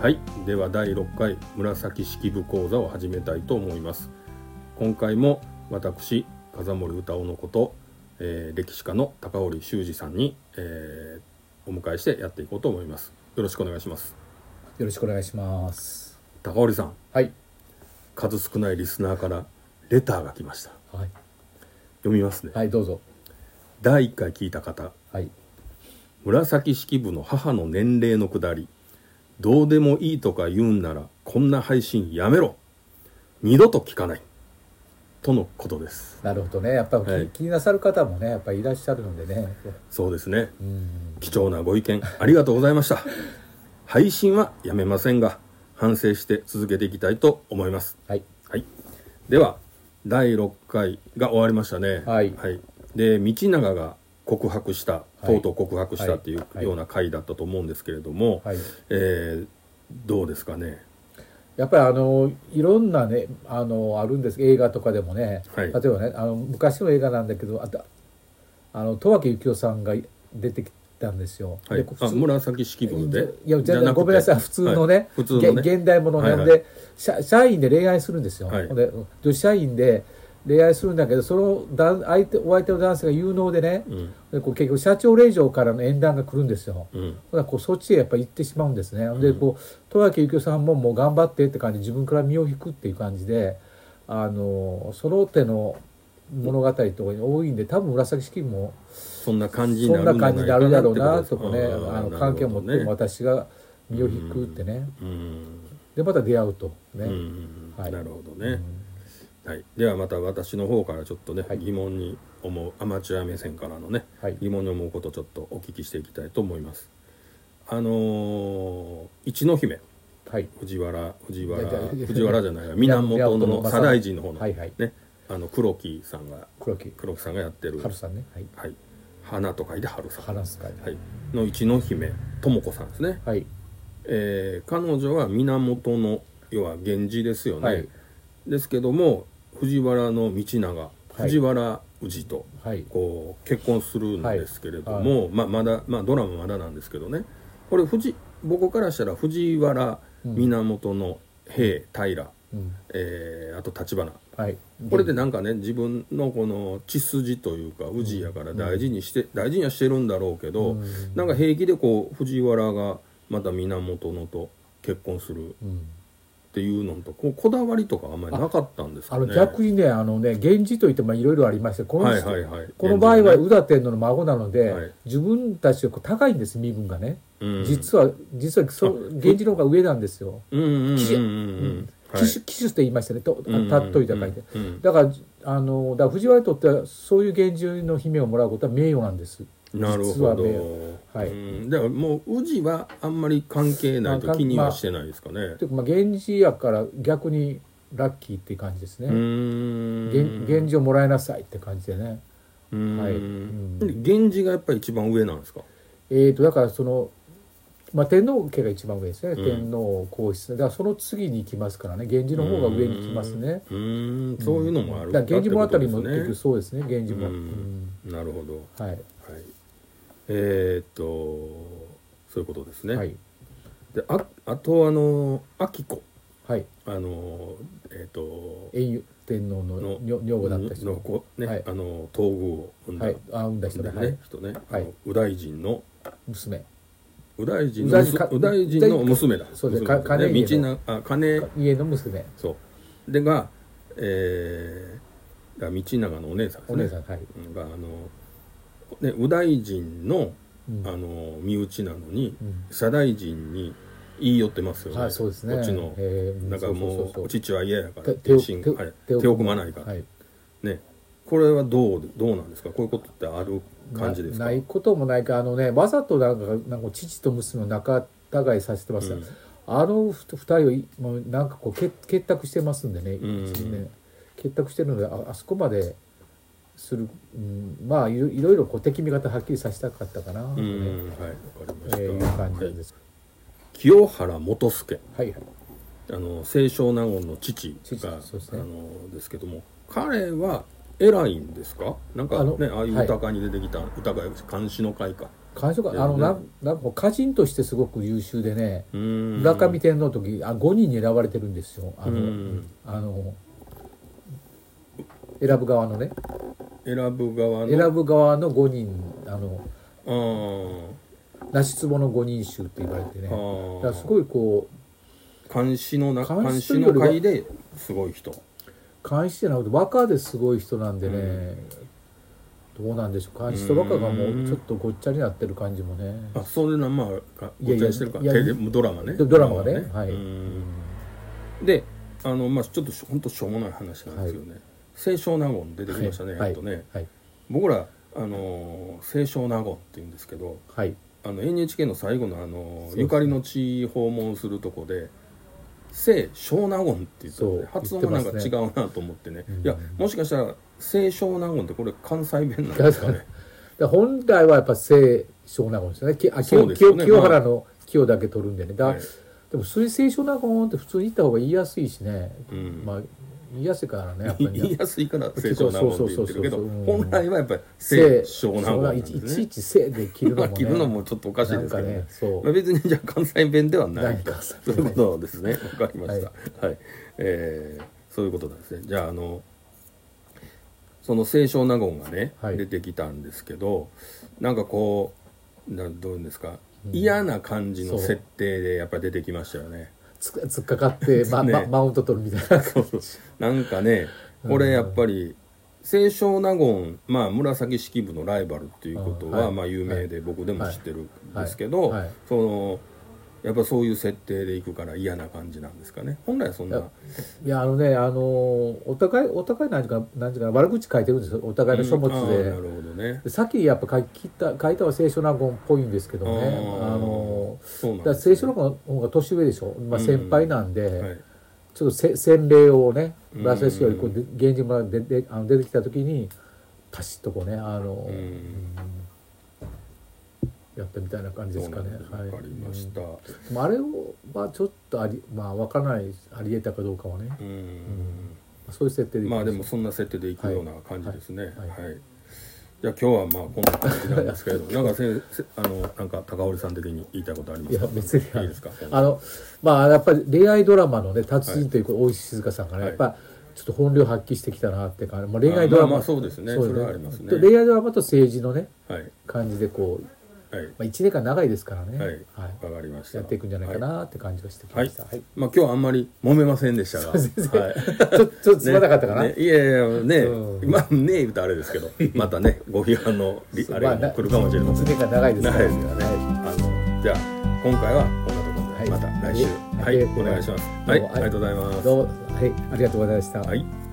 はいでは第6回紫式部講座を始めたいと思います今回も私風森歌雄のこと、えー歴史家の高堀修二さんに、えーお迎えしてやっていこうと思いますよろしくお願いしますよろしくお願いします。高堀さんはい。数少ないリスナーからレターが来ましたはい。読みますね、はい、どうぞ。第1回聞いた方はい。紫式部の母の年齢のくだりどうでもいいとか言うんならこんな配信やめろ二度と聞かないとのことですなるほどね。やっぱり気,、はい気になさる方もね、やっぱりいらっしゃるのでね。そうですねうん。貴重なご意見ありがとうございました配信はやめませんが反省して続けていきたいと思いますはい。はいでは第6回が終わりましたねはいで道長が告白した、いとうとう告白したっていうはいような回だったと思うんですけれども、はい。えーどうですかねやっぱりあの、いろんなね、あの、あるんです映画とかでもね、はい例えばね、あの、昔の映画なんだけど、あと、あの、十脇幸雄さんが出てきたんですよ。はいで普、通あ紫式部でいや、じゃあごめんなさい、普通のはいね、普通のげね現代ものなんで、はい社、社員で恋愛するんですよ。はいほんで女子社員で恋愛するんだけど、その男相手お相手の男性が有能でね、うんでこう結局、社長令嬢からの縁談が来るんですよ。うんほらこうそっちへやっぱ行ってしまうんですね。で、こう、戸脇幸雄さんももう頑張ってって感じで、自分から身を引くっていう感じで、あの、その手の物語とかに多いんで、多分紫式部も、そんな感じにそなんるなんじゃい感じかになるだろうなってとこかでねすあのー関係を持ってもなる私が身を引くってほどねねうんでまた出会うとね、うんはいなるほどね、はい、ではまた私の方からちょっとね、はい疑問に思うアマチュア目線からのね、はい疑問に思うことをちょっとお聞きしていきたいと思いますあのー一戸姫はい藤原藤原いやいやいや藤原じゃないな源の左大臣の方の、はいはいねあの黒木さんが黒木黒木さんがやってる春さんねはいはい、花と書いて春さん、は話す会い、の一の姫智子さんですね、はいえー彼女は源の要は源氏ですよね、はいですけども藤原の道長、い藤原氏とはいこう結婚するんですけれども、はいまあ、まだ、まあ、ドラマまだなんですけどねこれ藤僕からしたら藤原うん源の平平、うんえーあと橘はいこれでなんかね自分のこの血筋というか氏やから大事にして、大事にはしてるんだろうけど、うんなんか平気でこう藤原がまた源のと結婚するっうんていうのとこうこだわりとかあんまりなかったんですかあねの逆にねあのね源氏といってもいろいろありましてこの,、はいはいはいこの場合は宇田天皇の孫なので、はい自分たちより高いんです身分がね、うん実は実はそう源氏の方が上なんですよ、うんうんうんうんうんはい騎手騎手と言いましたねとうんうんたっといた書いて、うんうんだからあのだから藤原にとってはそういう源氏の姫をもらうことは名誉なんですなる実ほはど名誉はいうんだからもう宇治はあんまり関係ないとまあ気にはしてないですかね、というかまあ源氏やから逆にラッキーっていう感じですうね、んげん源氏をもらいなさいって感じでねうんはいうん源氏がやっぱり一番上なんですかえー、とだからその、まあ、天皇家が一番上ですね、うん天皇皇室だからその次に行きますからね源氏の方が上に行きますね、うーんそういうのもあるだから源氏物語ってこも結と局ですそうですね源氏ねも、うんなるほどうんはい、はい、えーっとそういうことですね、はいでああとあのあきこはいあのえーっと英雄天皇の女女房だった人の子ね、はいあの東宮を産んだ、はい、あ産んだ人産んだね、はいね、人ね、はいあの右大臣の娘右大臣右の大臣か右大臣の娘だそうです娘かね金家道のなあ金家の娘そうでがえー、だから道長のお姉さんですねお姉さんはい、があの、ね、右大臣のうんあの身内なのにうん左大臣に言い寄ってますよね、はいそうですねこっちのえーなんかもうそうそうそう父は嫌やから手って手を信手をはい手を手を組まないから、はいねこれはどうどうなんですかこういうことってある感じですかなないこともないかあのねわざとなんかなんか父と娘の仲違いさせてます、うんあのふ二人をいもうなんかこう結結託してますんでね,、うんね結託してるのでああそこまでする、うん、まあいろいろいろこう敵味方はっきりさせたかったかな、うとねんはいわかりましえた、ーいう感じです、清原元助はいはいあの清少納言の父父がそうですねあのですけども彼は偉いんですかなんかねああのあいうはい豊かに出てきた、豊かい監視の会か感触あのななんか歌人としてすごく優秀でねうん村上天皇の時あ5人に選ばれてるんですよあうのんあの選ぶ側のね選ぶ側の選ぶ側の5人あのあーなしつぼの5人衆って言われてねあだーからすごいこう監視のな監監視と視いうのよりは会ですごい人監視じゃなくて若ですごい人なんでね、どうなんでしょう監視と若がもうちょっとごっちゃになってる感じもねあそれなまあかごっちゃにしてるかいやいやいやテレドラマねドドラマがねはいうんであのまあちょっとし本当しょうもない話なんですけどね、清少納言出てきましたね、はいえっとねはい僕らあのー清少納言って言うんですけどはいあの NHK の最後のあのそうゆかりの地訪問するとこで「清少納言」って言ってたんでそう発音がなんか言っ違てまうなと思ってねうんいやもしかしたら「清少納言」ってこれ関西弁なんですか ねで本来はやっぱ清少納言ですねきあそう清ですよね清清原の清だけ取るんでねだ、はいでも水清少納言って普通に言った方が言いやすいしね、うんまあ言いやすいからねやっぱ り言いねやすいから清少納言って言ってるけどそうそうそうそううん本来はやっぱり清少納言なんいでちいすちいねち清で切るのもまあね切るのもちょっとおかしいなでんすけかどねねそうまあ、別にじゃあ関西弁ではないないと関西そう弁いうことですねわかりましたはい、えーそういうことなんですねじゃああのその清少納言がね、はい出てきたんですけどなんかこうなどういうんですか嫌な感じの設定でやっぱり出てきましたよねつっ突っかか って、まねまマウント取るみたいなそうそうなんかねこれやっぱり清少納言、まあ、紫式部のライバルっていうことは、うんはいまあ、有名で僕でも知ってるんですけはど、いはいそのやっぱそういう設定でいくから嫌な感じなんですかね本来はそんないやいやあのねあのお互いお互い何時か何時か悪口書いてるんですよお互いの書物うんあーなで,、るほどねでさっきやっぱ書い切った書いたは清少納言っぽいんですけどねああーのそうなんだから清少納言の方が年上でしょ、まあ、うん先輩なんで、はいちょっとせ洗礼をねうん紫式部よりこうで源氏村でであの出てきた時にパシッとこうねあの、うんやったみたいな感じですかね。そうなんですわかりました、まあ、あれを、まあ、ちょっとあり、まあ、わからない、あり得たかどうかはね、うんそういう設定でいきまあすでもそんな設定でいくような感じですね。は。はいいははいじゃあ今日はまあこんな感じなんですけれど、なんかせせあのなんか高堀さん的に言いたいことありまいすやか。別にいいですか。あのまあやっぱり恋愛ドラマのね達人ということ大石静香さんがね、はいやっぱちょっと本領発揮してきたなって感じ、まあ、恋愛ドラマあまあまあそうですねそれはありますねと恋愛ドラマと政治のねはい感じでこう、はいまあ、1年間長いですからね、はいはいわかりました。やっていくんじゃないかはなって感じがしてきはまいした、はい。まあ今日はあんまり揉めませんでしたが。 そうですねはい。ちょちょっとつまんなかったかな、ねねいやいやねうまあね言うとあれです けどまたねご批判のリあれも来るかもしれません1年間長いです長かいらですからねあのじゃあ今回はこんなところで、はいまた来週はいはいお願いしますはいどうもありがとうございますどうもはいありがとうございました、はい